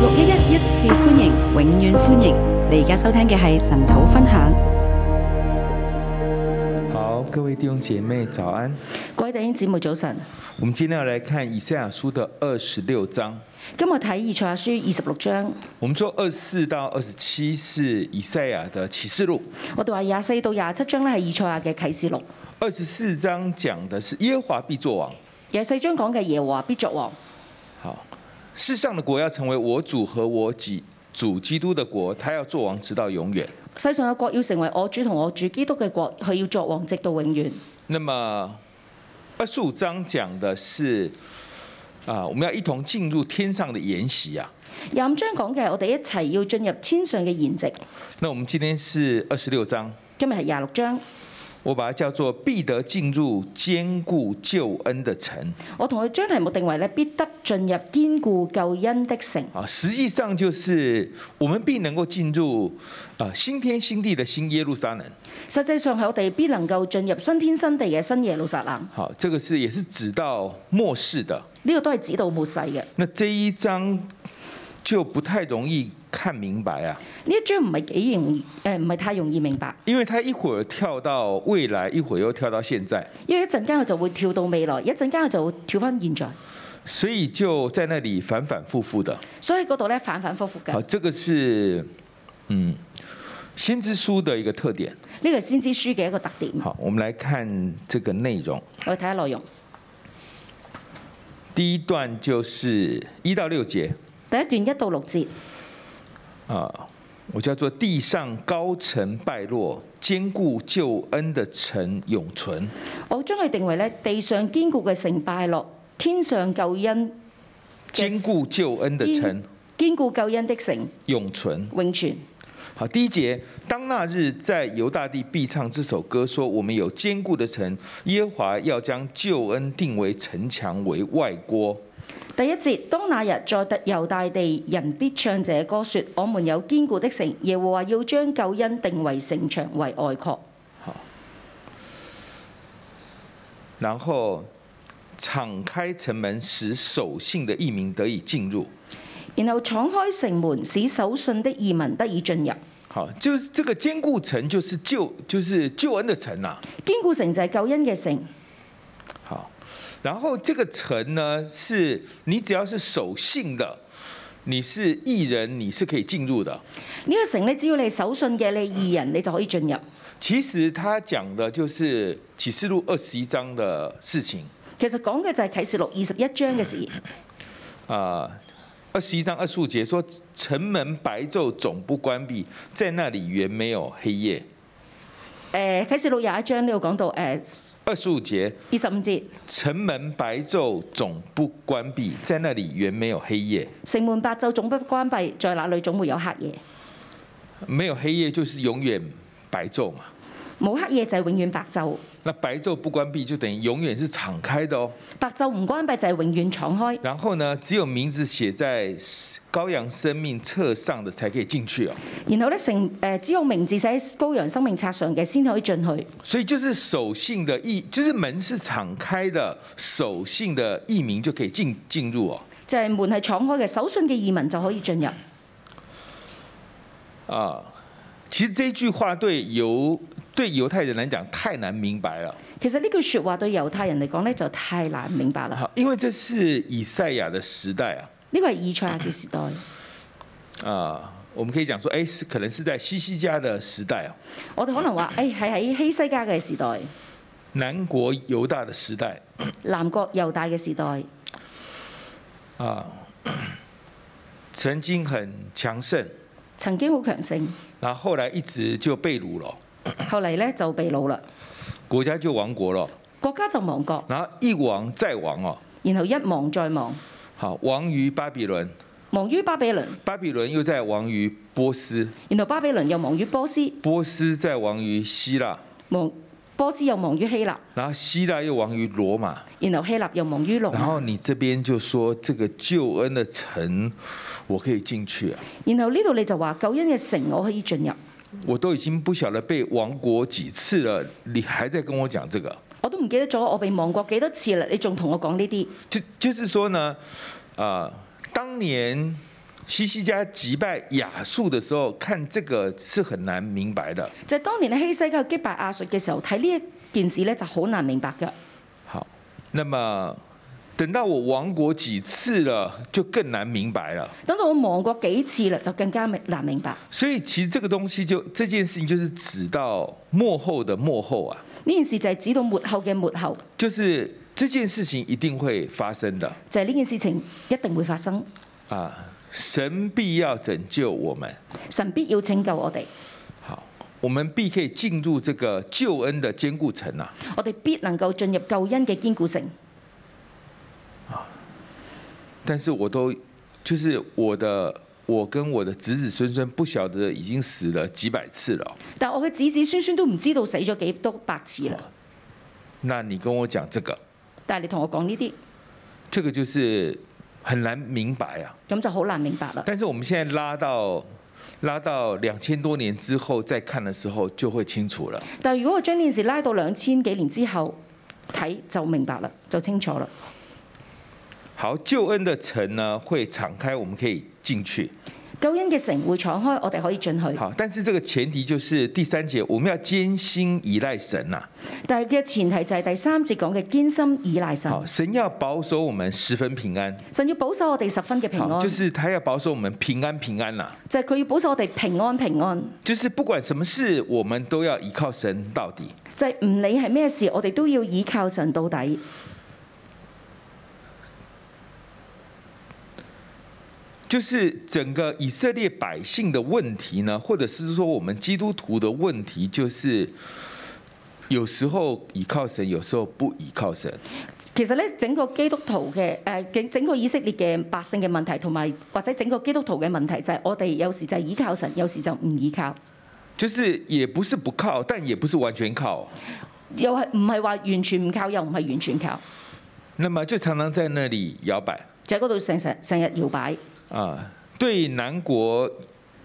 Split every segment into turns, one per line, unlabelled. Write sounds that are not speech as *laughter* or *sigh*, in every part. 六一一一次歡迎，永遠歡迎！你而家收聽嘅係神土分享。
好，各位弟兄姐妹早安。
各位弟兄姊妹早晨，
我们今天要来看以赛亚书的二十六章。
今日睇以賽亞書二十六章，
我们说二十四到二十七是以赛亚的启示录，
我哋話廿四到廿七章咧係以賽亞嘅啟示錄，
二十四章讲的是耶和華必作王。
廿四章講嘅耶和華必作王。
好，世上的国要成为我主和我己主基督的国，他要做王直到永远。
世上嘅國要成為我主同我主基督嘅國，佢要作王直到永遠。
那么二十五章讲的是啊，我们要一同进入天上的筵席啊。
廿五章講嘅係我哋一齊要進入天上嘅筵席。
那我们今天是二十六章，
今日係廿六章，
我把它叫做必得进入坚固救恩的城
我同佢將題目定為咧必得進入堅固救恩的城。
啊，实际上就是我们必能够进入啊新天新地的新耶路撒冷。
實際上係我哋必能夠進入新天新地嘅新耶路撒冷。
好，这个是也是指到末世的。
呢、個都係指導末世嘅。呢
那这一章就不太容易看明白啊，
一章唔係幾容易，誒唔係太容易明白。
因为他一会儿跳到未來，一會儿又跳到現在，
因為一陣間佢就會跳到未來，一陣間佢就會跳翻現在，
所以就在那里反反复复的。
所以嗰度咧反反覆覆嘅。
好，
呢
这个是嗯先知書的一個特點。
個係先知書嘅一個特點。
好，我们来看这个內容。
我哋睇下內容。
第一段就是一到六節
第一段一到六節，
啊，我叫做地上高城敗落，堅固救恩的城永存。
我將佢定為咧地上堅固嘅城敗落，天上救恩
堅固救恩的城
堅堅固救恩的城
永存。
永存。
好，第一节，当那日在犹大地必唱这首歌，说：我们有坚固的城，耶和华要将救恩定为城墙为外郭。
第一節，當那日在特猶大地，人必唱這歌說：我們有堅固的城，耶和華要將救恩定為城牆為外擴。
然后敞开城门，使守信的义民得以进入。
然後敞開城門，使守信的義民得以進入。
好，就是这个坚固城，就是救，就是救恩的城呐、
堅固城就係救恩嘅城。
好，然后这个城呢，是你只要是守信的，你是艺人，你是可以进入的。
呢、個城咧，只要你係守信嘅，你二人你就可以進入。
其实他讲的就是启示录二十一章的事情
其實講嘅就係啟示錄二十一章嘅事。
啊。二十一章二十五节说：“城门白昼总不关闭，在那里原没有黑夜。
誒、啟示錄廿一章呢度講到誒”
二十五节，
二十五節，
城门白昼总不关闭，在那里原没有黑夜。
城門白晝總不關閉，在那裏總沒有黑夜。
没有黑夜就是永远白昼嘛。
冇黑夜就係永遠白晝，
那白昼不关闭，就等于永远是敞开的哦。
白晝唔關閉就係永遠敞開。
然后呢，只有名字写在羔羊生命册上的才可以进去哦。
然後咧，城誒、只有名字寫喺羔羊生命冊上嘅先可以進去。
所以就是守信的义，就是门是敞开的，守信的义民就可以进进入哦。
就係、門係敞開嘅，守信嘅義民就可以進入。
啊，其实这句话对犹对犹太人来講太难明白了，
其實呢句説話對猶太人嚟講咧就太難明白啦。
好，啊因为这是以赛亚的时代啊。
呢個係以賽亞嘅時代，
啊，我们可以讲说，哎、是可能是在西西家的时代啊，
我哋可能話：，誒係喺希西家嘅時代、
南国犹大的时代
南國猶大嘅時代，
啊， *clears throat* 曾经很强盛，
曾經好強盛，
然后后来一直就被掳了，
後嚟咧就被擄啦，
国家就亡国了，
國家就亡國，
然后一亡再亡哦。
然後一亡再亡，
好，亡于巴比伦，
亡於巴比倫，
巴比伦又在亡于波斯，
然後巴比倫又亡於波斯，
波斯在亡于希腊，
亡波斯又亡於希臘，
然后希腊又亡于罗马，
然後希臘又亡於羅
然
馬，
后你这边就说这个救恩的城，我可以进去啊，
然後呢度你就話救恩嘅城我可以進入，
我都已经不晓得被亡国几次了，你还在跟我讲这个，
我都唔記得咗我被亡國幾多次啦，你仲同我講呢啲，
就就是说呢，啊、当年西西家击败亚述的时候，看这个是很难明白的。
就係當年喺希西家去擊敗亞述嘅時候，睇呢一件事咧就好難明白嘅。
好，那么等到我亡国几次了，就更難明白了。
等到我亡過幾次啦，就更加明難明白。
所以其实这个东西就这件事情就是指到幕后的幕后啊，
呢件事就係指到末後嘅末後，
就是这件事情一定会发生的
就係、呢件事情一定會發生。
啊。神必要拯救我们，
神必要拯救我哋，
好，我们必可以进入这个救恩的坚固城啊。
我哋必能夠進入救恩嘅堅固城。
但是我都就是我的，我跟我的子子孙孙不晓得已经死了几百次了。
但我嘅子子孫孫都唔知道死咗幾多百次
哦
啦。
那你跟我讲这个，
但係你同我講呢啲，
这个就是很难明白啊。
咁就好難明白啦。
但是我们现在拉到拉到两千多年之后再看的时候，就会清楚了。
但係如果我將呢件事拉到兩千幾年之後睇，就明白啦，就清楚啦。
好，救恩的城呢会敞开，我们可以进去。
救恩嘅城會敞開，我哋可以進去。
好，但是这个前提就是第三节，我们要艰辛依赖神呐、啊
但係嘅前提就係第三節講嘅堅心依賴神，
好，神要保守我们十分平安。
神要保守我哋十分嘅平
好，
安，
就是他要保守我们平安平安呐、啊
就係佢要保守我哋平安平安，
就是不管什么事，我们都要依靠神到底。
就係唔理係咩事，我哋都要倚靠神到底。
就是整个以色列百姓的问题呢，或者是说我们基督徒的问题，就是有时候倚靠神，有时候不倚靠神。
其實咧，整個基督徒嘅誒、呃整整個以色列嘅百姓嘅問題，同埋或者整個基督徒嘅問題，就係我哋有時就係倚靠神，有時就唔倚靠，
就是也不是不靠，但也不是完全靠。
又係唔係話完全唔靠，又唔係完全靠，
那么就常常在那里摇摆
就喺嗰度成成成日搖擺。
啊。对南国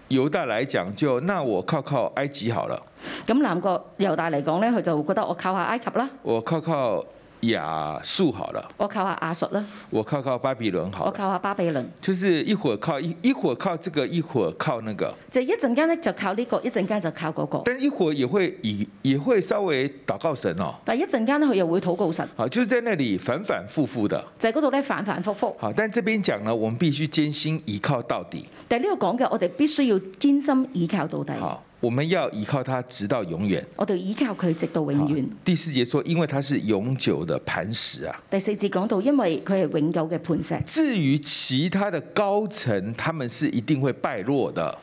犹大来讲，就那我靠靠埃及好了，
咁南國猶大嚟講咧，佢就覺得我靠下埃及啦，
我靠靠亚述好了，
我靠下亞述啦，
我靠靠巴比伦好
我
了。
靠下巴比倫。
就是一会儿靠一一会儿靠这个，一会儿靠那个。
就一陣間咧就靠呢、個，一陣間就靠嗰、個。
但一会儿也会以也会稍微祷告神哦，
但係一陣間咧佢又會禱告神，
好，就是在那里反反复复的。
就係嗰度咧反反覆覆。
好，但这边讲呢，我们必须艰辛依靠到底。
但係呢度講嘅，我哋必須要堅心倚靠到底，
好，我们要依靠他直到永远。
我哋要倚靠佢直到永
好
遠。
第四节说，因为他是永久的磐石啊。
第四節講到，因為佢係永久嘅磐石。
至于其他的高层，他们是一定会败落的。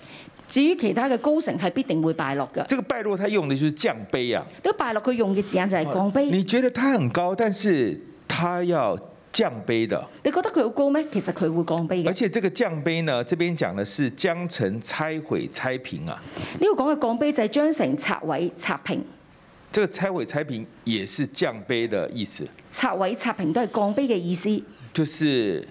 至於其他嘅高城係必定會敗落嘅。呢、
这个败落，他用的就是降卑啊。
個敗落佢用嘅字眼就係降卑。
哦你觉得他很高，但是他要降卑的。
你覺得佢好高咩？其實佢會降卑嘅。
而且这个降杯呢，这边讲的是将城拆毁拆平啊，
呢度講嘅降卑就係將城拆毀、拆平、
这个拆毁拆平也是降杯的意思，
拆毀、拆平都係降卑嘅意思。
就是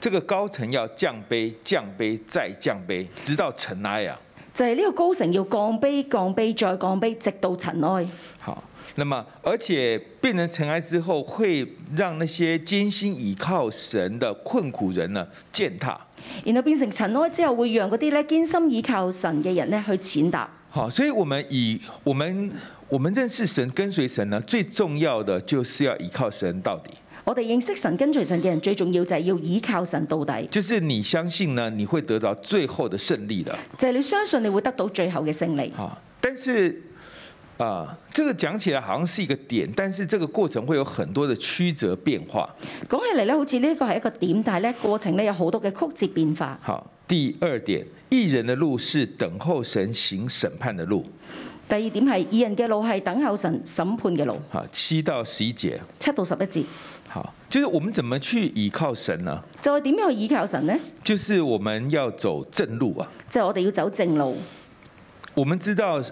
这个高层要降杯，降杯再降杯，直到尘埃啊。
就係呢個高城要降卑、降卑再降卑，直到塵埃。
好，那么而且变成尘埃之后，会让那些艰辛倚靠神的困苦人呢践踏。
然後變成塵埃之後，會讓嗰啲咧堅心倚靠神嘅人咧去踐踏。
好，所以我们以我们我们认识神、跟随神呢，最重要的就是要倚靠神到底。
我哋認識神、跟隨神嘅人，最重要就係要倚靠神到底，
就是你相信呢，你会得到最后的胜利的。
就係、你相信你會得到最後嘅勝利。
好，但是啊、这个讲起来好像是一个点，但是这个过程会有很多的曲折变化。
講起嚟咧，好似呢個係一個點，但係咧過程咧有好多嘅曲折變化。
好，第二点，艺人的路是等候神行审判的路。
第二點係義人嘅路係等候神審判嘅路，
好，七到十一节。
七到十一節
好，就是我们怎么去倚靠神呢？
就係點樣去倚靠神呢？
就是我们要走正路啊。
就係我哋要走正路，
我们知道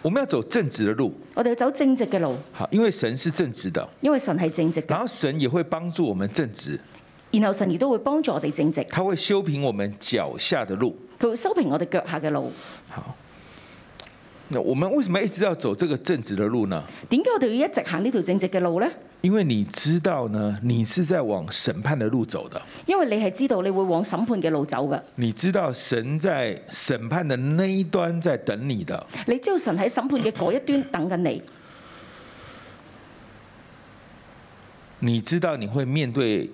我们要走正直的路，
我哋要走正直嘅路，
好，因为神是正直的，
因為神係正直嘅
然，后神也会帮助我们正直。
然後神亦都會幫助我哋正直，
他会修平我们脚下的路。
佢會修平我哋腳下嘅路。
好，那我们为什么一直要走这个正直的路呢？
點解我哋要一直行呢條正直嘅路呢？
因为你知道呢，你是在往审判的路走的，
因為你係知道你會往審判嘅路走嘅，
你知道神在审判的那一端在等你的，
你知道神喺審判嘅嗰一端等緊你，
你知道你会面对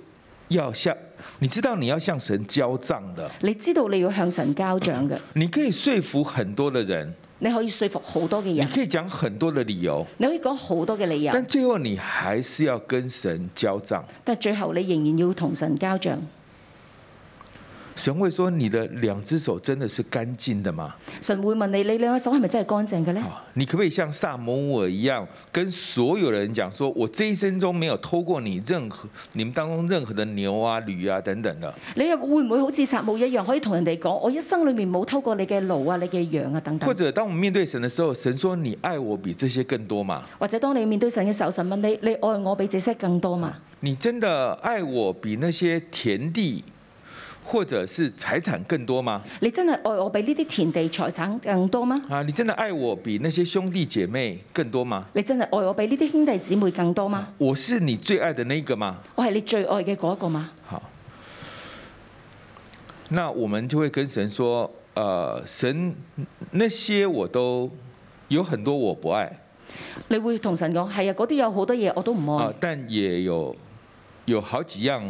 要向，你知道你要向神交账的，
你知道你要向神交賬嘅，
你可以说服很多的人，
你可以說服好多嘅
你
人，
可以讲很多的理由，
你可以講好多嘅理由，
但最后你还是要跟神交账。
但最後你仍然要同神交賬。
神会说：“你的两只手真的是干净的吗？
神會問你：你兩隻手係咪真係乾淨嘅呢？
啊，你可不可以像萨摩尔一样，跟所有人讲说，我这一生中没有偷过你任何你们当中任何的牛啊、驴啊等等的？
你又會唔會好似撒母一樣，可以同人哋講：我一生裏面冇偷過你嘅奴啊、你嘅羊啊等
或
等？
者当我们面对神的时候，神说：你爱我比这些更多嘛？
或者當你面對神嘅時候，神問你：你愛我比這些更多嘛？
你真的爱我比那些田地或者是财产更多吗？
你真係愛我比呢啲田地財產更多嗎？
啊，你真的爱我比那些兄弟姐妹更多吗？
你真係愛我比呢啲兄弟姊妹更多嗎？
我是你最爱的那个吗？
我係你最愛嘅嗰一個嘛？
好，那我们就会跟神说，呃，神那些我都有很多我不爱
你會同神講係啊，嗰啲有好多嘢我都唔
啊、
愛，
但也有有好几样，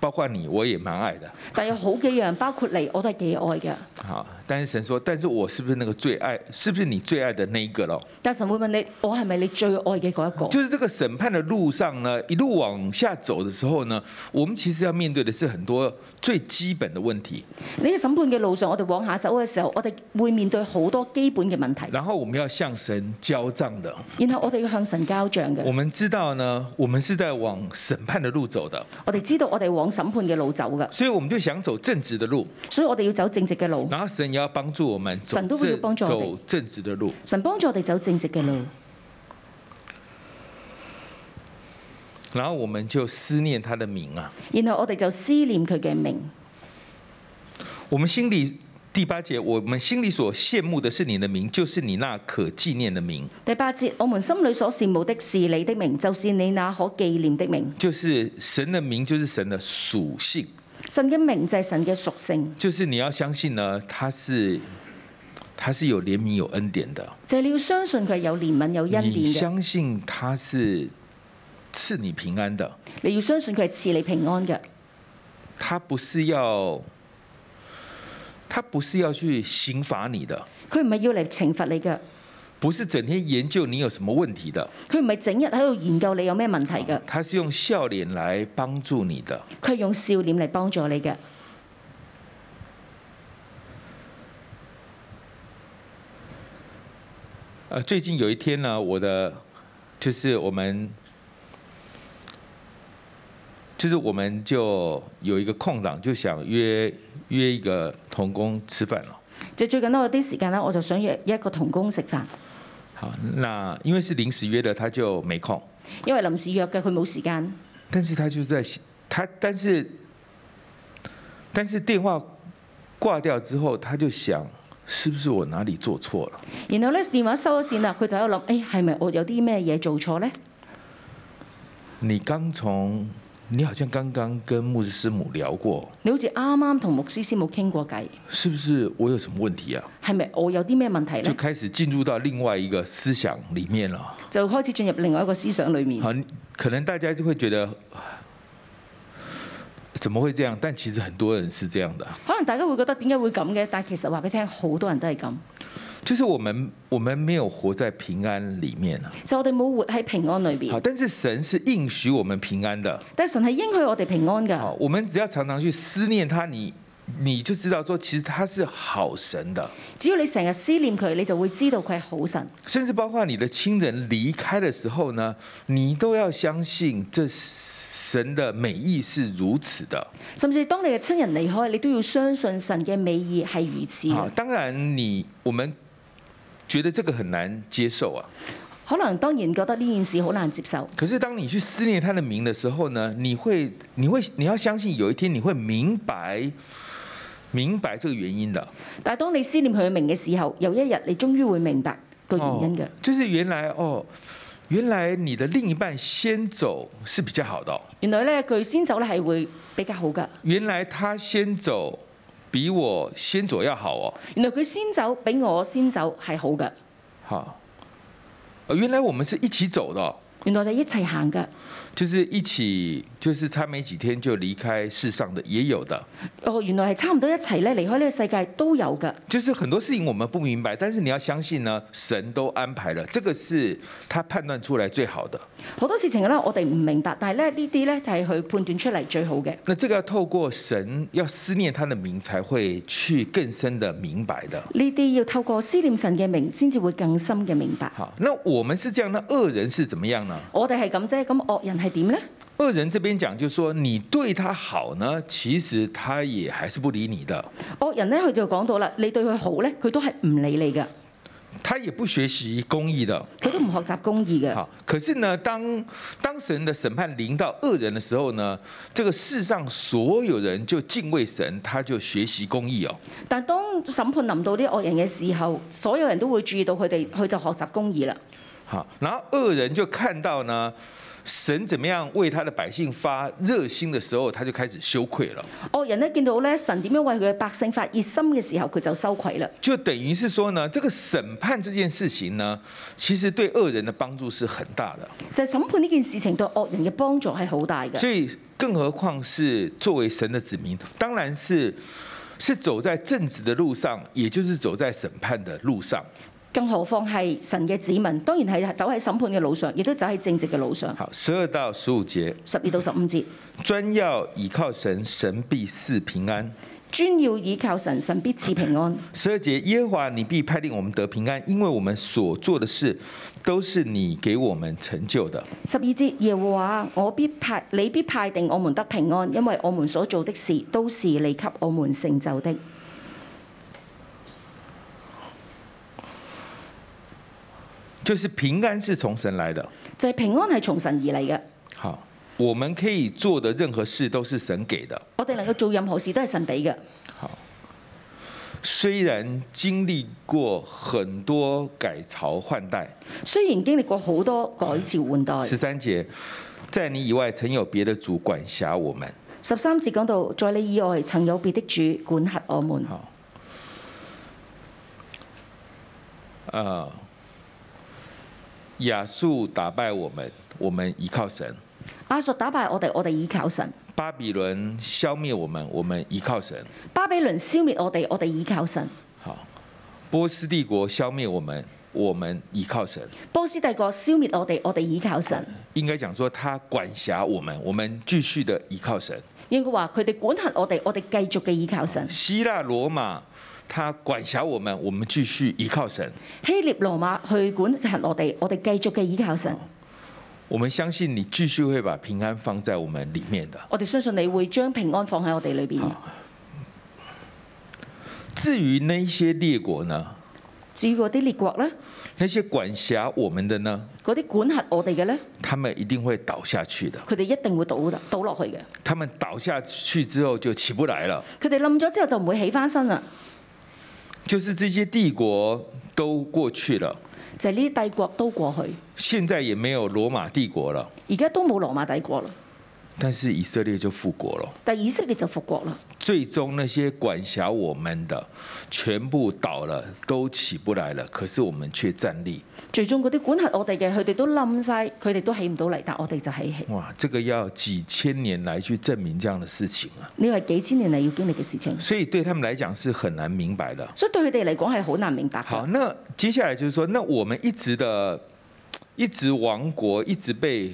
包括你，我也蛮爱的。
但有好幾樣，包括你，我都係幾愛嘅。
好，但是神说，但是我是不是那个最爱？是不是你最爱的那一个咯？
但神會問你：我係咪你最愛嘅嗰一個？
就是这个审判的路上呢，一路往下走的时候呢，我们其实要面对的是很多最基本的问题，
你喺審判嘅路上，我哋往下走嘅時候，我哋會面對好多基本嘅問題，
然后我们要向神交账的。
然後我哋要向神交賬
我
嘅。
们知道呢，我们是在往审判的路走的，
我哋知道我哋往審判嘅路走嘅，
所以我们就想走正直的路，
所以我哋要走正直嘅路。
然后神也要帮助我们走
神都会
正
帮助我们
走正直的路。
神幫助我哋走正直嘅路，
然后我们就思念他的名啊，
然後我哋就思念佢嘅名。
我们心里第八节，我们心里所羡慕的是你的名，就是你那可纪念的名，
第八節，我們心裏所羨慕的是你的名，就是你那可紀念的名。
就是神的名，就是神的属性，
神嘅名就係神嘅屬性，
就是你要相信呢，他是他是有怜悯有恩典的，
就係、你要相信佢係有憐憫、有恩典
你
嘅，
相信他是赐你平安的。
你要相信佢係賜你平安嘅。
他不是要，他不是要去刑罚你的，
佢唔係要嚟懲罰你嘅，
不是整天研究你有什么问题的，
佢唔係整日喺度研究你有咩問題嘅，
他是用笑脸来帮助你的。
佢係用笑臉嚟幫助你嘅。
呃，最近有一天呢，我的就是我们，就是我们就有一个空档，就想约约一个童工吃饭哦了。
就最近呢，我有啲時間咧，我就想約一個童工食飯，
好，那因为是临时约的，他就没空。
因為臨時約嘅，佢冇時間。
但是他就在他，但是但是电话挂掉之后，他就想是不是我哪里做错了？
然後咧電話收咗線啦，佢就喺度諗：，誒係咪我有啲咩嘢做錯呢？
你刚从你好像刚刚跟牧师师母聊过，
你好似啱啱同牧師師母傾過偈，
是不是我有什么问题啊？
係咪我有啲咩問題
就
呢？
开始进入到另外一個思想里面了。
就開始進入另外一個思想裏面。
好，你可能大家就会觉得啊怎么会这样？但其实很多人是这样的。
可能大家會覺得點解會咁嘅，但係其實話俾你聽，好多人都係咁，
就是我们我们没有活在平安里面啊。
就我哋冇活喺平安裏
好，
邊。
但是神是应许我们平安的。
但係神係應許我哋平安
好，
㗎，
啊我们只要常常去思念他，你你就知道说，其实他是好神的，
只要你成日思念佢，你就會知道佢係好神。
甚至包括你的亲人离开的时候呢，你都要相信这神的美意是如此的。
甚至當你嘅親人離開，你都要相信神嘅美意係如此
好，
嘅。
啊当然你我们觉得这个很难接受啊，
可能當然覺得呢件事好難接受，
可是当你去思念他的名的时候呢，你会你会你要相信有一天你会明白明白这个原因的。
但係當你思念佢嘅名嘅時候，有一日你終於會明白，個原因嘅。
哦就是原来哦，原来你的另一半先走是比较好的哦、
原來咧佢先走咧係會比較好噶。
原来他先走比我先走要好哦，
原來佢先走比我先走係好噶。
好。呃原来我们是一起走的哦、
原來我哋一齊行噶。
就是一起，就是差没几天就离开世上的也有的，
哦，原來係差唔多一齊咧離開呢個世界都有噶。
就是很多事情我们不明白，但是你要相信呢，神都安排了，这个是他判断出来最好的。
好多事情咧我哋唔明白，但係咧呢啲咧就係佢判斷出嚟最好嘅。
那这个要透过神要思念他的名，才会去更深的明白的。
呢啲要透過思念神嘅名，先至會更深嘅明白。
好，那我们是这样，那恶人是怎么样呢？
我哋係咁啫，咁惡人係點呢？
恶人这边讲就说，你对他好呢，其实他也还是不理你的，
惡人咧佢就講到啦，你對佢好咧，佢都係唔理你嘅，
他也不學習公义的。
佢都唔學習公義嘅。
好，可是呢，当当神的审判临到恶人的时候呢，这个世上所有人就敬畏神，他就学习公义哦。
但當審判臨到啲惡人嘅時候，所有人都會注意到佢哋，佢就學習公義啦。
好，然后恶人就看到呢，神怎么样为他的百姓发热心的时候，他就开始羞愧了，
惡人咧見到咧神點樣為佢嘅百姓發熱心嘅時候，佢就羞愧啦。
就等于是说呢，这个审判这件事情呢，其实对恶人的帮助是很大的，
就係、審判呢件事情對惡人嘅幫助係好大嘅。
所以更何况是作为神的子民，当然是。是走在正直的路上，也就是走在审判的路上。
更何況係神嘅子民，當然係走喺審判嘅路上，亦都走喺正直嘅路上。
好，十二到十五节，
十二到十五節，
专要倚靠神，神必赐平安。
專要倚靠神，神必賜平安。
十二节，耶和华，你必派令我们得平安，因为我们所做的事，都是你给我们成就的。
十二節耶和華，我必派你必派定我們得平安，因為我們所做的事都是你給我們成就的。
就是平安是从神来的。
就係、平安係從神而嚟嘅，
好，我们可以做的任何事都是神给的。
我哋能夠做任何事都係神俾嘅。
好，虽然经历过很多改朝换代，
雖然經歷過好多改朝換代，
十三节，在你以外曾有别的主管辖我们。
十三節講到，在你以外曾有別的主管轄我們。
好，呃，亚述打败我们，我们依靠神；
亞述打敗我哋，我哋倚靠神；
巴比伦消灭我们，我们依靠神；
巴比倫消滅我哋，我哋倚靠神；
好，波斯帝国消灭我们，我们依靠神。
波斯帝國消滅我哋，我哋倚靠神。
应该讲说，他管辖我们，我们继续的依靠神。
應該話佢哋管轄我哋，我哋繼續嘅倚靠神。
希腊罗马，他管辖我们，我们继续依靠神。
希臘羅馬去管轄我哋，我哋繼續嘅倚靠神。
我们相信你继续会把平安放在我们里面的。
我哋相信你會將平安放喺我哋裏邊。
至于那一些列国呢？
至於嗰啲列國呢，
那些管辖我们的呢，
嗰啲管轄我哋嘅呢，
他们一定会倒下去的。
佢哋一定會倒倒落去嘅。
他们倒下去之后就起不来了，
佢哋冧咗之後就唔會起翻身啦。
就是这些帝国都過去了，
就係呢啲帝國都過去，
现在也没有罗马帝国了，
而家都冇羅馬帝國啦。
但是以色列就复国了。
但以色列就復國啦。
最终那些管辖我们的全部倒了，都起不来了，可是我们却站立。
最終嗰啲管轄我哋嘅，佢哋都冧晒，佢哋都起唔到嚟，但我哋就起起。
哇，这个要几千年来去证明這樣的事情啊，
呢個係幾千年嚟要經歷嘅事情，
所以对他们来讲是很难明白的。
所以對佢哋嚟講係好難明白
好，
嘅。
那接下来就是说，那我们一直的，一直亡国，一直被，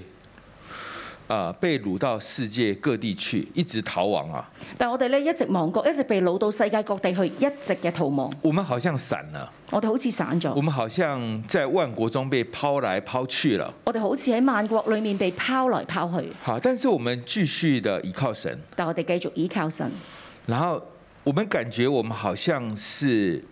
啊、被掳到世界各地去，一直逃亡啊，
但我哋咧一直亡國，一直被擄到世界各地去，一直嘅逃亡。
我们好像散了，
我哋好似散
我
咗，
们好像在萬国中被抛来抛去了。
我哋好似喺萬國裏面被拋來拋去，
好，但是我們继续的依靠神，
但我哋繼續倚靠神。
然后我们感觉我们好像是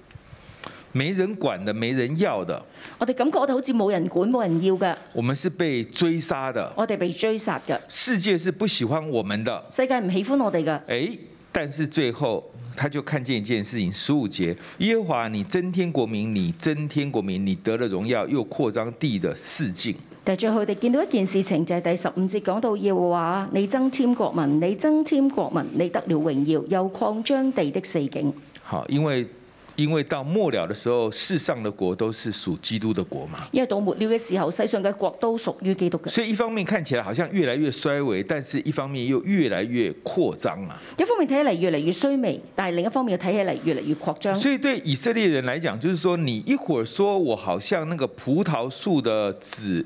没人管的，没人要的，
我哋感覺我哋好似冇人管、冇人要嘅，
我們是被追殺的，
我哋被追殺嘅，
世界是不喜歡我們的。
世界唔喜歡我哋嘅。
哎，但是最后他就看见一件事情，十五节，耶和华你增添国民，你增添国民，你得了荣耀，又扩张地的四境。
但最後，佢哋見到一件事情，就係、第十五節講到耶和華，你增添國民，你增添國民，你得了榮耀，又擴張地的四境。
好，因为因为到末了的时候，世上的国都是属基督的国嘛。
因為到末了嘅時候，世上嘅國都屬於基督嘅。
所以一方面看起来好像越来越衰微，但是一方面又越来越扩张嘛。
*laughs* 一方面睇起嚟越嚟越衰微，但係另一方面又睇起嚟越嚟越擴張。
所以对以色列人来讲，就是说，你一会儿说我好像那个葡萄树的籽，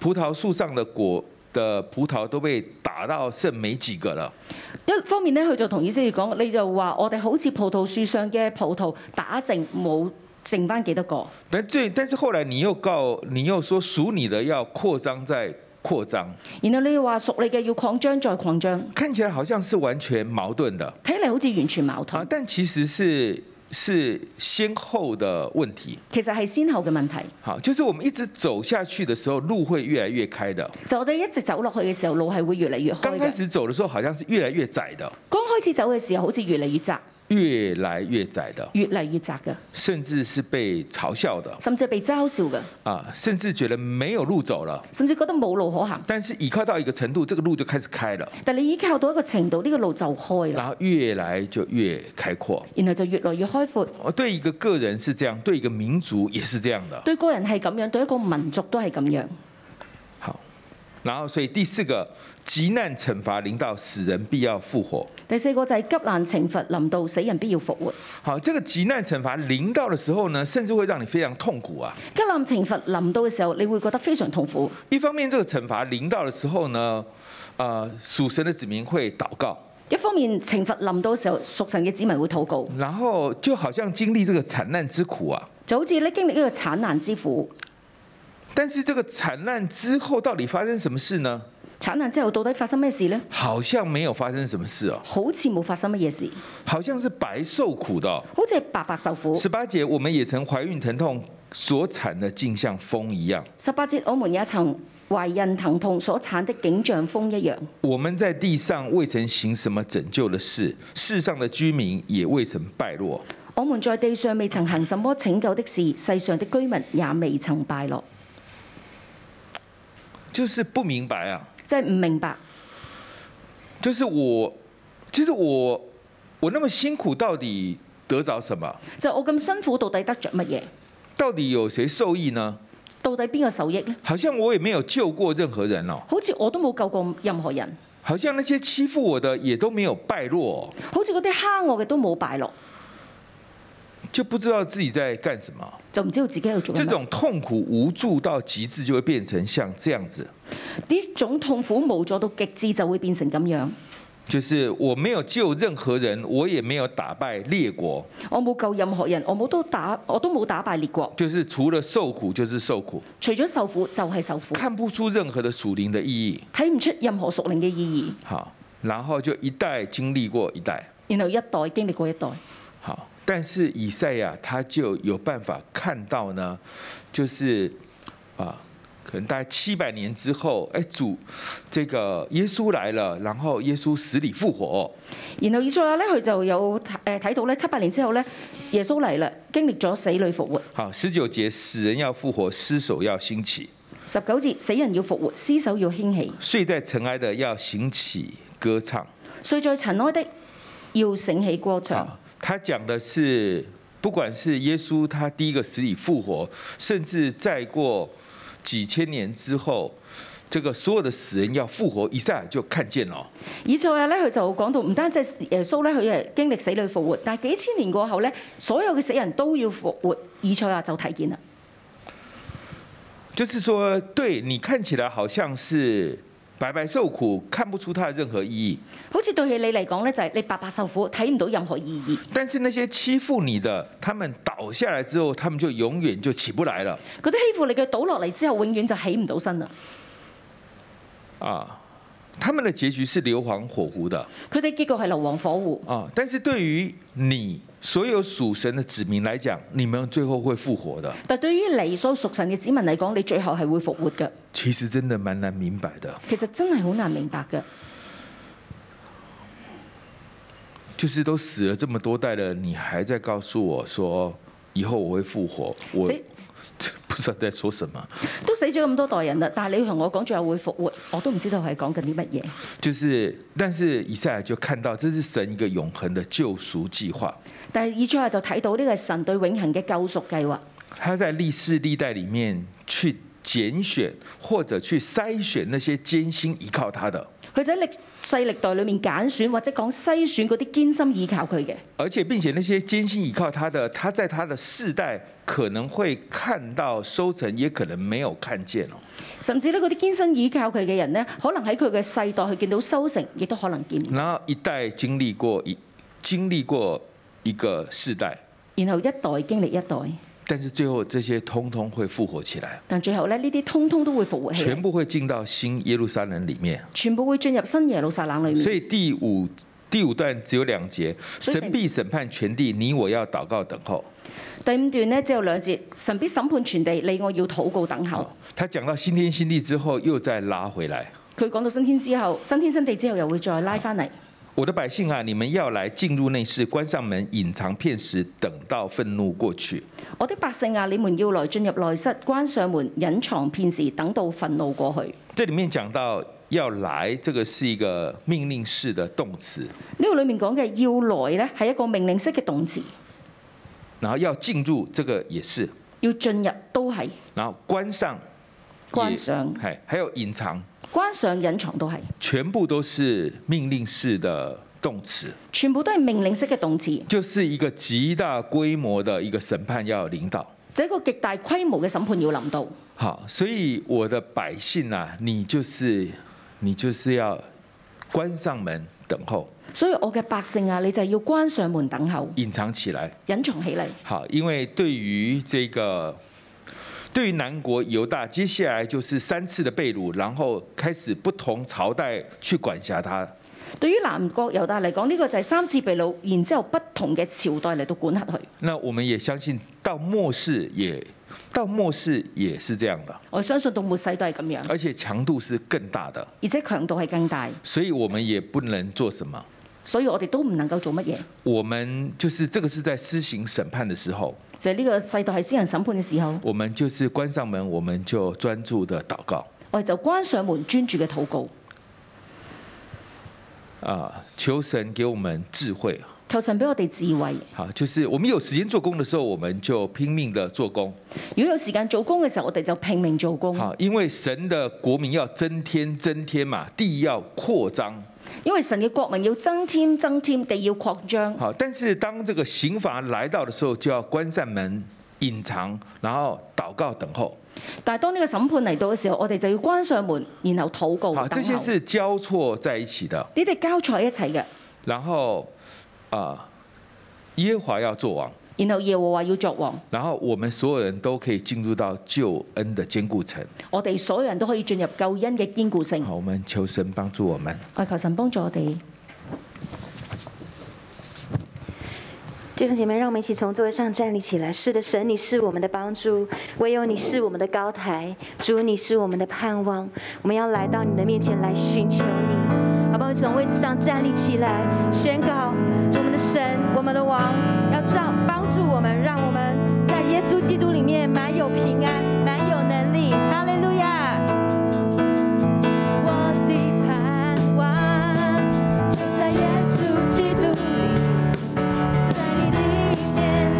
葡萄树上的果的葡萄都被打到剩没几个了，
一方面呢，佢就同以色列講，你就話我哋好似葡萄樹上嘅葡萄打剩冇剩翻幾多個。
但最但是后来你又告你又说属你的要扩张再扩张，
然後你又話屬你嘅要擴張再擴張，
看起来好像是完全矛盾的
睇嚟好似完全矛
啊，
盾。
但其实是是先后的问题。
其實係先後嘅問題。
好，就是我们一直走下去的时候，路会越来越開的。
就我哋一直走落去嘅時候，路係會越嚟越
刚
開
开
嘅。
始走的时候，好像是越来越窄的，
剛開始走嘅時候，好似越嚟越窄，
越来越窄的，
越嚟越窄嘅，
甚至是被嘲笑的
甚至被嘲笑嘅，
啊，甚至觉得没有路走了。
甚至覺得冇路可行。
但是依靠到一个程度，这个路就开始开了，
但你依靠到一個程度，呢、個路就開啦，
然后越来就越开阔。
然後就越來越開闊。
我对一个个人是这样，对一个民族也是这样的。
對個人係咁樣，對一個民族都係咁樣。
好，然后所以第四个，极难惩罚临到死人必要复活。
第四個就係急難懲罰臨到，死人必要復活。
好，这个极难惩罚临到的时候呢，甚至会让你非常痛苦啊。
急難懲罰臨到嘅時候，你會覺得非常痛苦。
一方面，这个惩罚临到的时候呢，呃，属神的子民会祷告，
一方面懲罰臨到嘅時候，屬神嘅子民會禱告，
然后就好像經歷這個慘難之苦啊。
就好似你經歷呢個產難之苦。
但是這個慘難之後到底發生什麼事呢？
產難之後到底發生咩事呢？
好像沒有發生什麼事哦，
好似冇發生乜嘢事，
好像是白受苦的、哦。
好似係白白受苦。
十八节，我們也曾懷孕疼痛，所產的竟像風一樣。
十八節，我們也曾懷孕疼痛所產的景象風一樣。
我們在地上未曾行什麼拯救的事，世上的居民也未曾敗落。
我們在地上未曾行什麼拯救的事，世上的居民也未曾敗落。
就是不明白啊，
即係唔明白，
就是我，就是我，我那麼辛苦，到底得着什麼？
就我咁辛苦，到底得着乜嘢？
到底有誰受益呢？
到底邊個受益呢？
好像我也沒有救過任何人哦，
好似我都冇救過任何人，
好像那些欺負我的也都沒有敗落、哦，
好似嗰啲蝦我嘅都冇敗落，
就不知道自己在幹什麼。
就唔知道自己喺度做
這
緊乜。
種痛苦無助到極致，就會變成像這樣子，
呢種痛苦無助到極致，就會變成咁樣。
就是我沒有救任何人，我也沒有打敗列國，
我冇救任何人，我冇都打，我都冇打敗列國。
就是除了受苦就是受苦，
除咗受苦就係受苦，
看不出任何的屬靈的意義。
睇唔出任何屬靈嘅意義。
好，然後就一代經歷過一代。
然後一代經歷過一代，
好，但是以赛亚他就有办法看到呢，就是啊，可能大概七百年之后，哎，主这个耶稣来了，然后耶稣死里复活，
然後以賽亞咧，佢就有誒睇到咧，七八年之後咧，耶穌嚟啦，經歷咗死裏復活。
好，十九节死人要复活，尸首要兴起，
十九節，死人要復活，屍首要興起，
睡在塵埃的要行起歌唱。
睡在塵埃的要醒起歌唱。
啊，他讲的是，不管是耶稣他第一个死里复活，甚至再过几千年之后，这个所有的死人要复活，以赛亚就看见了哦。
以賽亞咧，佢就講到唔單止係耶穌咧，佢誒經歷死裏復活，但係幾千年過後咧，所有嘅死人都要復活。以賽亞就睇見啦，
就是说，对你看起来好像是白白受苦，看不出它的任何意义。
好似對佢你嚟講咧，就係、你白白受苦，睇唔到任何意義。
但是那些欺負你的，他们倒下来之后，他们就永遠就起不來了
嗰啲欺負你嘅倒落嚟之後，永遠就起唔到身啦。
啊。他們的結局是硫磺火湖的
佢哋結局係流亡火湖。
啊。但是对于你所有屬神的子民来講，你们最後會復活的。
但對於你所屬神嘅子民嚟講，你最後係會復活嘅。
其實真的蠻難明白的。
其實真係好難明白嘅。
就是都死了这么多代了，你还在告诉我说以后我会复活，我
死
不知道在说什么。
都死咗咁多代人啦，但係你要同我講最後會復活，我都唔知道係講緊啲乜嘢。
就是，但是以赛亚就看到这是神一个永恒的救赎计划，
但係以賽亞就睇到呢個係神對永恆嘅救贖計劃，
他在历世历代里面去拣选或者去筛选那些艰辛依靠他的，
佢就喺歷世歷代裏面揀選或者講篩選嗰啲堅心倚靠佢嘅，
而且并且那些艰辛依靠他的，他在他的世代可能会看到收成，也可能没有看见哦。
甚至呢嗰啲堅心倚靠佢嘅人呢，可能喺佢嘅世代佢見到收成，亦都可能見唔到。
然后一代经历过一经历过一个世代，
然後一代經歷一代，
但是最后这些通通会复活起来，
但最後咧呢啲通通都會復活起
全
嚟，
部会进到新耶路撒冷里面。
全部會進入新耶路撒冷裏面
所。以第五第五段只有两节，
所以
神必审判全地，你我要祷告等候。
第五段呢，只有兩節，神必審判全地，你我要禱告等候。
他讲到新天新地之后，又再拉回来。
佢講到新天之後，新天新地之後又會再拉翻嚟。
我的百姓啊，你们要来进入内室，关上门，隐藏片时，等到愤怒过去。
我的百姓啊，你們要來進入內室，關上門，隱藏片時，等到憤怒過去。
这里面讲到要来，这个是一个命令式的动词，
呢個裡面講嘅要來呢，係一個命令式嘅動詞，
然后要进入，这个也是，
要進入都係
然后关上，
關
也
上
还还有隐藏，
關上隱藏都係，
全部都是命令式的动词。
全部都係命令式嘅動詞，
就是一个极大规模的一个审判要领导。
就係一個極大規模嘅審判要臨到。
好，所以我的百姓啊，你就是你就是要关上门等候，
所以我嘅百姓啊，你就係要關上門等候，
隐藏起来。
隱藏起嚟。
好，因为对于这个。对于南国犹大，接下来就是三次的被掳，然后开始不同朝代去管辖他。
對於南國猶大嚟講，呢、個就係三次被擄，然之後不同嘅朝代嚟到管轄佢。
那我们也相信，到末世也到末世也是这样的，
我相信到末世都係咁樣，
而且强度是更大的，
而且強度係更大，
所以我们也不能做什么。
所以我哋都唔能夠做乜嘢。
我们就是这个是在施行审判的时候，
就係呢個世代係私人審判嘅時候，
我们就是关上门，我们就专注的祷告
我哋就關上門專注嘅禱告，
啊、求神给我们智慧。
求神俾我哋智慧。
好，就是我们有时间做工的时候，我们就拼命的做工。
如果有時間做工嘅時候，我哋就拼命做工，
好，因为神的国民要增添增添嘛，地要扩张。
因為神嘅國民要增添增添，地要擴張。
好，但是当这个刑罚来到的时候，就要关上门、隐藏，然后祷告等候。
但係當呢個審判嚟到嘅時候，我哋就要關上門，然後禱告
好，
等
这些
候。
是交错在一起的。
呢啲交錯一齊嘅，
然后啊、耶和华要做王。
然後耶和華要作王，
然后我们所有人都可以进入到救恩的坚固层。
我哋所有人都可以進入救恩嘅堅固性。
好，我们求神帮助我们。
我求神幫助我哋。
弟兄姐妹，让我们一起从座位上站立起来。是的，神，你是我们的帮助，唯有你是我们的高台，主，你是我们的盼望。我们要来到你的面前来寻求你，好不好？从位置上站立起来，宣告：主我们的神，我们的王，要让帮助我们，让我们在耶稣基督里面满有平安，满有能力。哈利路亚！我的盼望就在耶稣基督里。在你里面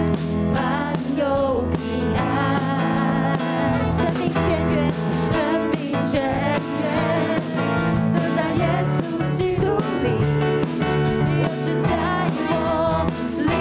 满有平安，生命泉源，生命泉源，就在耶稣基督里，就是在我里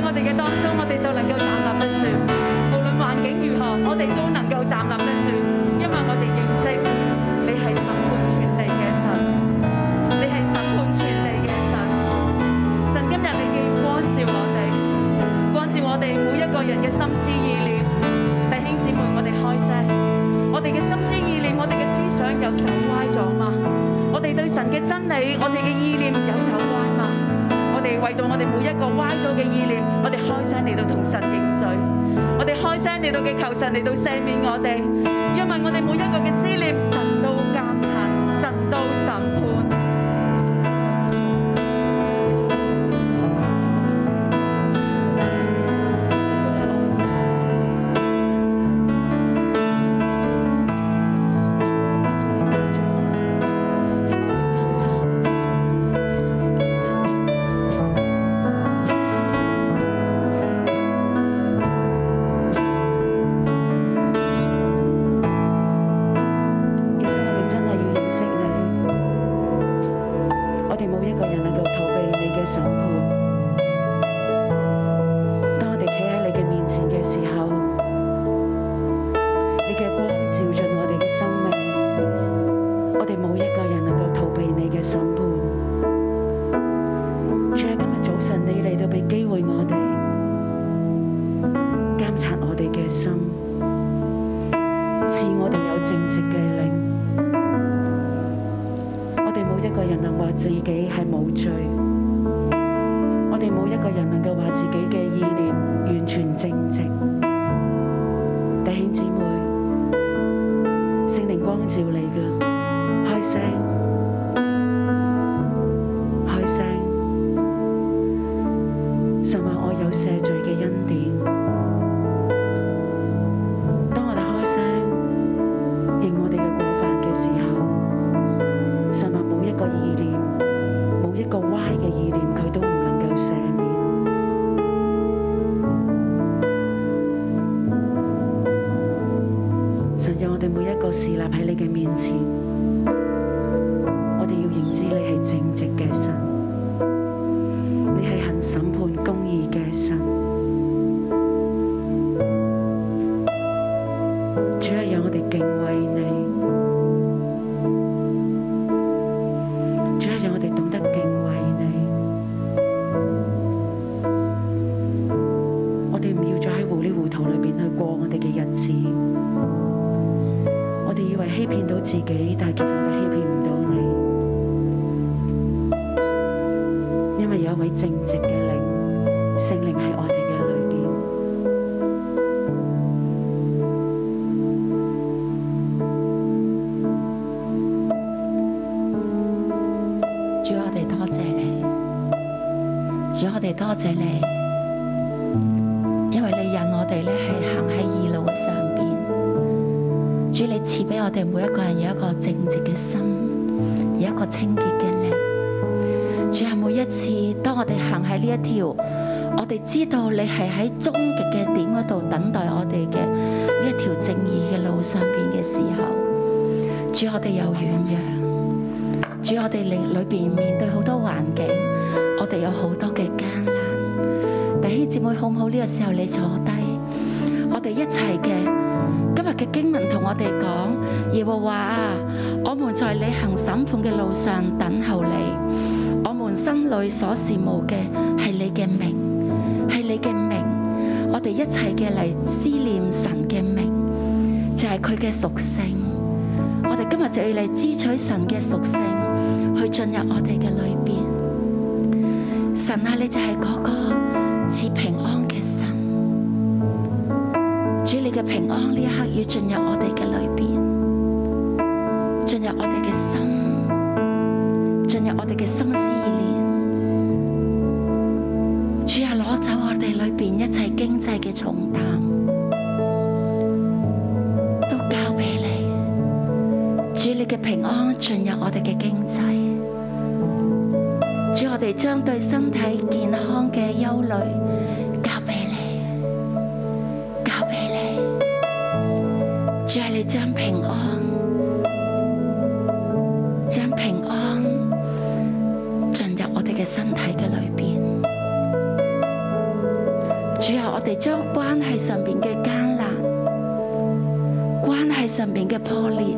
我哋嘅當中，我哋就能夠站立得住。無論環境如何，我哋都能夠站立得住，因為我哋認識你係審判全地嘅神，你係審判全地嘅神。神今日你要光照我哋，光照我哋每一個人嘅心思意念。弟兄姊妹，我哋開聲，我哋嘅心思意念，我哋嘅思想有走歪咗嘛？我哋對神嘅真理，我哋嘅意念有走歪嘛？我哋為到我哋每一個歪咗嘅意念，我哋開聲嚟到同神認罪，我哋開聲嚟到嘅求神嚟到赦免我哋，因為我哋每一個嘅思念，神都監察，神都審判。
耶穌，我哋真係要認識你，我哋冇一個人能夠逃避你嘅審判。當我哋企喺你嘅面前嘅時候，你嘅光照進我哋嘅生命，我哋冇一個人能夠逃避你嘅審判。主啊喺今日早晨，你嚟到俾機會我哋監察我哋嘅心。賜我哋有正直嘅靈。我哋冇一個人能話自己係冇罪，我哋冇一個人能夠話自己嘅意念完全正直。弟兄姊妹，聖靈光照你嘅，開聲，開聲。神話我有赦罪嘅恩典。當我哋開聲認我哋嘅過犯嘅時候，神話冇一個意念，冇一個歪嘅意念，佢都唔能夠赦免。神讓我哋每一個事立喺你嘅面前，我哋要認知你係正直嘅神，你係行審判公義嘅神。主啊，讓我哋敬畏你；主啊，讓我哋懂得敬畏你。我哋唔要再喺糊里糊塗裏邊去過我哋嘅日子。我哋以為欺騙到自己，但係其實我哋欺騙唔到你，因為有一位正直嘅靈，聖靈喺我哋嘅裏邊。
主，我哋多謝你，主，我哋多謝你，因為你引我哋咧係行喺義路嘅上邊。主，你賜俾我哋每一個人有一個正直嘅心，有一個清潔嘅靈。主係每一次當我哋行喺呢一條，我哋知道你係喺終極嘅點嗰度等待我哋嘅呢一條正義嘅路上邊嘅時候，主，我哋有軟弱。主，我哋令裏邊面對好多環境，我哋有好多嘅艱難。弟兄姊妹，好唔好？呢個時候你坐低，我哋一齊嘅今日嘅經文同我哋講，耶和華啊，我們在你行審判嘅路上等候你，我們心裏所羨慕嘅係你嘅名，係你嘅名。我哋一齊嘅嚟思念神嘅名，就係佢嘅屬性。我哋今日就要嚟支取神嘅屬性，去進入我哋嘅裏邊。神啊，你就係嗰個賜平安嘅神。主，你嘅平安呢一刻要進入我哋嘅裏邊，進入我哋嘅心，進入我哋嘅心思意念。主啊，攞走我哋裏邊一切經濟嘅重擔，都交俾你。主你嘅平安進入我哋嘅經濟，主我哋將對身體健康嘅憂慮交俾你，交俾你，主係你將平安，將平安進入我哋嘅身體嘅裏邊，主啊，我哋將關係上邊嘅艱難、關係上邊嘅破裂、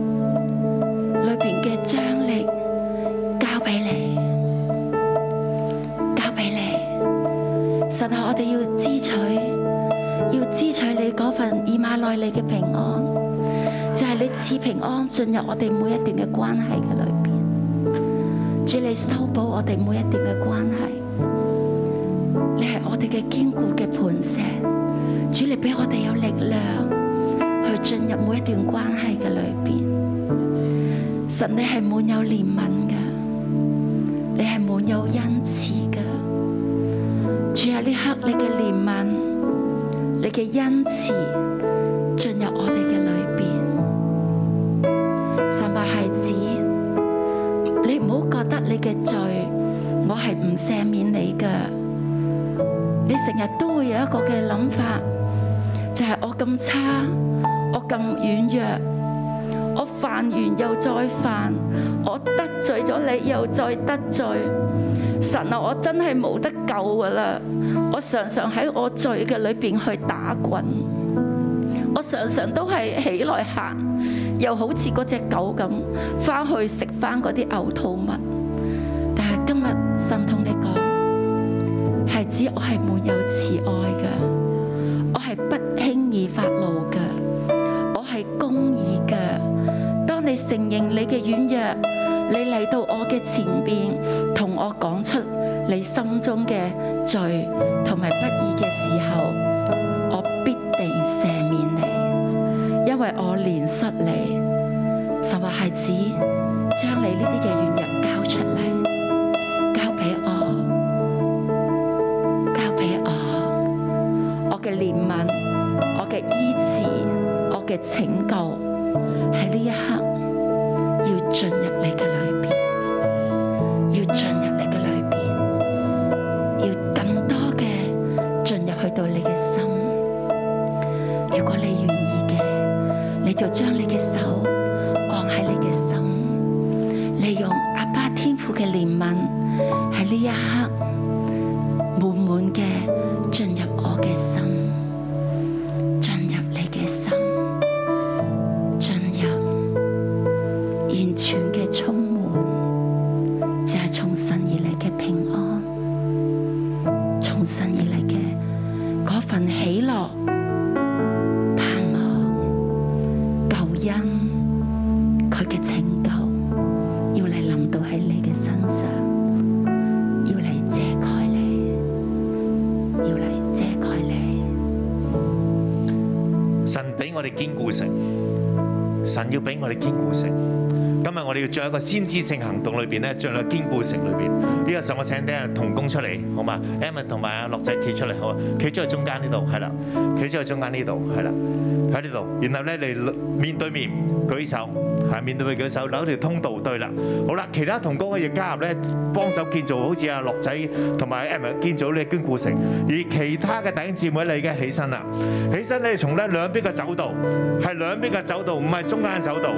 裏邊嘅張力，交俾你，交俾你。神啊，我哋要支取，要支取你嗰份以馬內利嘅平安，就係、你賜平安進入我哋每一段嘅關係嘅裏邊。主，你修補我哋每一段嘅關係。你係我哋嘅堅固嘅磐石，主你俾我哋有力量去進入每一段關係嘅裏邊。神你係滿有憐憫嘅，你係滿有恩慈嘅。主啊，呢刻你嘅憐憫，你嘅恩慈進入我哋嘅裏邊。神話孩子，你唔好覺得你嘅罪，我係唔赦免你嘅。你成日都會有一個嘅諗法，就係、我咁差，我咁軟弱，我犯完又再犯，我得罪咗你又再得罪。神啊，我真係冇得救噶啦！我常常喺我罪嘅裏邊去打滾，我常常都係起來行，又好似嗰只狗咁，翻去食翻嗰啲嘔吐物。但係今日神同你講。係指我係滿有慈愛嘅，我係不輕易發怒嘅，我係公義嘅。當你承認你嘅軟弱，你嚟到我嘅前邊，同我講出你心中嘅罪同埋不義嘅時候，我必定赦免你，因為我憐恤你。神話孩子，將你呢啲嘅軟弱交出嚟，交俾我。交俾我，我嘅憐憫，我嘅醫治，我嘅拯救，喺呢一刻要進入你嘅裏邊，要進入你嘅裏邊，要更多嘅進入去到你嘅心。如果你願意嘅，你就將你嘅手按喺你嘅心，利用阿爸天父嘅憐憫喺呢一刻。滿滿嘅進入我嘅心，進入你嘅心，進入完全嘅充滿，就係從神而嚟嘅平安，從神而嚟嘅嗰份喜樂、盼望、救恩，佢嘅拯救要嚟臨到喺你嘅身上，要嚟遮蓋你。要嚟遮蓋你。
神俾我哋堅固城，神要俾我哋堅固城。今日我哋要進入一個先知性行動裏邊咧，進入堅固城裏邊。呢、個時候我請啲人同工出嚟，好嘛 e m m a 同埋阿樂仔企出嚟，好嘛？企咗喺中間呢度，係啦，企咗喺中間呢度，係啦，喺呢度。然後咧，你面對面舉手，係面對面舉手，留條通道。對啦，好啦，其他同工可以加入咧，幫手建造，好似阿樂仔同埋 e m m a 建造呢個堅固城。而其他嘅弟兄姊妹，你已經起身啦，起身咧，從咧兩邊嘅走道，係兩邊嘅走道，唔係中間嘅走道。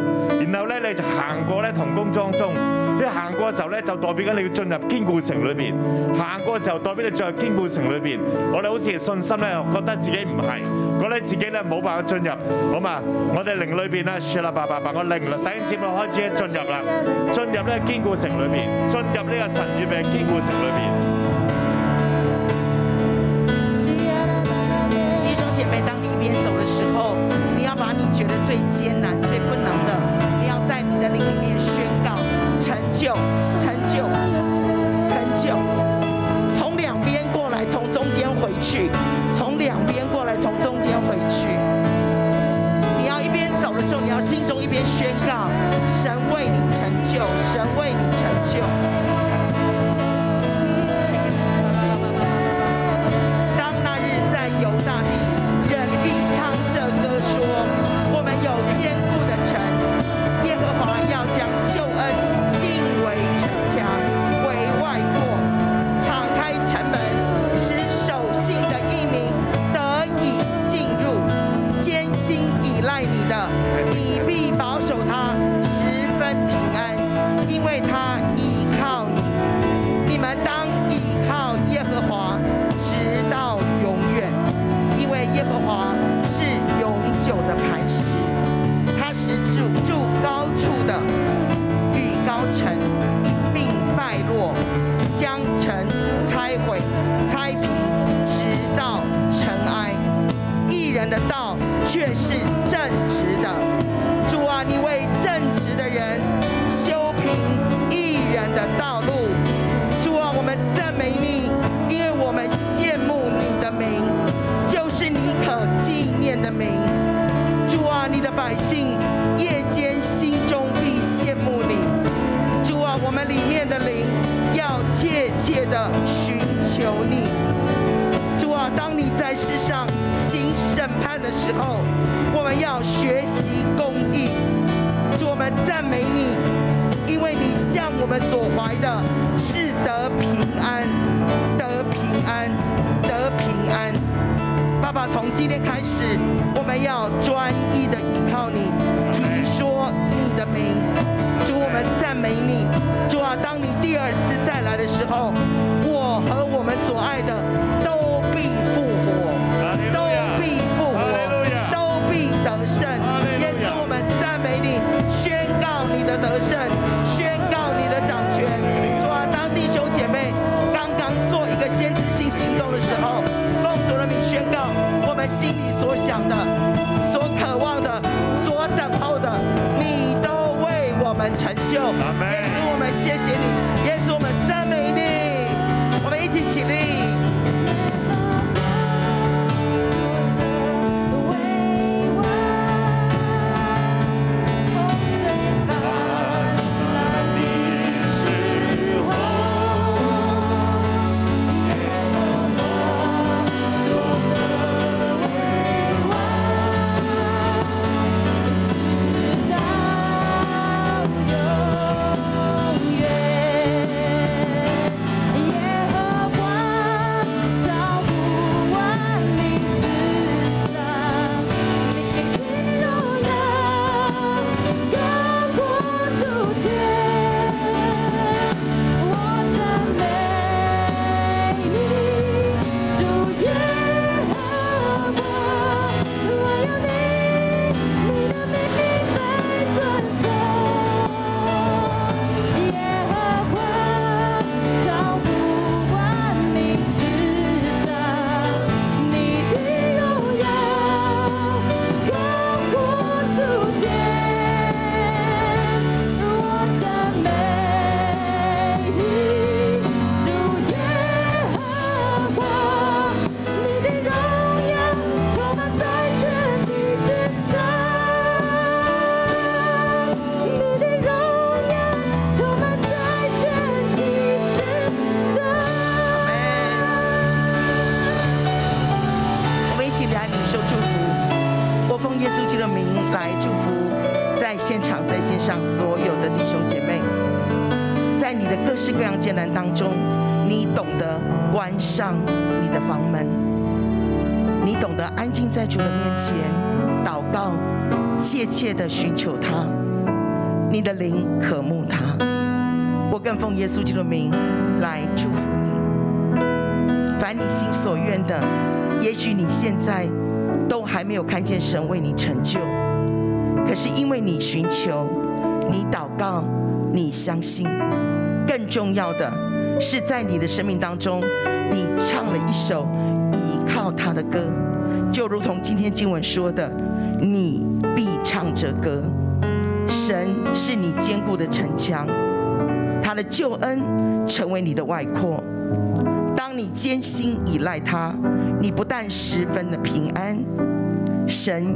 然後咧，你就行過咧同工當中，你行過嘅時候咧，就代表緊你要進入堅固城裏邊。行過嘅時候，代表你進入堅固城裏邊。我哋好似信心咧，覺得自己唔係，覺得自己咧冇辦法進入，好嘛？我哋靈裏邊咧，算啦，爸爸爸，我靈啦，弟兄姊妹開始咧進入啦，進入呢個堅固城裏邊，進入呢個神預備嘅堅固城裏邊。
弟兄姐妹，当你一边走的时候，你要把你觉得最艰难、最不能的，你要在你的灵里面宣告成就、成就、成就。从两边过来，从中间回去；从两边过来，从中间回去。你要一边走的时候，你要心中一边宣告：神为你成就，神为你成就。当那日在犹大地，人必唱这歌说：我们有坚固的城，耶和华要将救恩定为城墙，为外扩，敞开城门，使守信的义民得以进入。艰辛依赖你的，你必保守他十分平安，因为的道却是正直的。主啊，你为正直的人修平一人的道路。主啊，我们赞美你，因为我们羡慕你的名，就是你可纪念的名。主啊，你的百姓夜间心中必羡慕你。主啊，我们里面的灵要切切的寻求你。主啊，当你在世上行审判的时候，我们要学习公义。主，我们赞美你，因为你向我们所怀的是得平安，得平安，得平安。爸爸，从今天开始，我们要专一的依靠你，提说你的名。主，我们赞美你。主啊，当你第二次再来的时候，我和我们所爱的都必复活，都必复活，都必得胜。耶稣，我们赞美你，宣告你的得胜，宣告你的掌权。主啊，当弟兄姐妹刚刚做一个先知性行动的时候，奉主的名宣告，我们心里所想的、所渴望的、所等候的，你都为我们成就。耶稣，我们谢谢你，耶稣，我们赞美你。我们一起起立。我们一起来领受祝福。我奉耶稣基督的名来祝福在现场、在线上所有的弟兄姐妹，在你的各式各样艰难当中，你懂得关上你的房门，你懂得安静在主的面前祷告，切切的寻求他，你的灵渴慕他。我更奉耶稣基督的名来祝福你。凡你心所愿的，也许你现在都还没有看见神为你成就，可是因为你寻求，你祷告，你相信，更重要的是在你的生命当中，你唱了一首依靠他的歌，就如同今天经文说的，你必唱这歌。神是你坚固的城墙，他的救恩成为你的外扩。当你艰辛依赖他，你不但十分的平安，神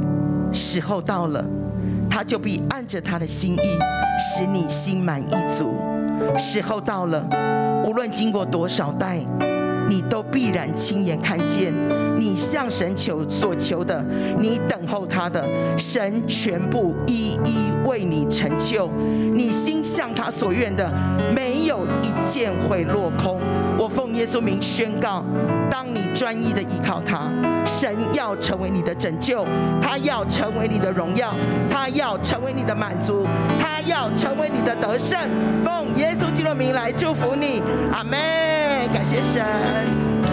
时候到了，他就必按着他的心意，使你心满意足。时候到了，无论经过多少代，你都必然亲眼看见你向神求所求的，你等候他的，神全部一一为你成就。你心向他所愿的，没有一件会落空。我奉耶稣名宣告：当你专一的依靠他，神要成为你的拯救，他要成为你的荣耀，他要成为你的满足，他要成为你的得胜。奉耶稣基督的名来祝福你，阿门！感谢神。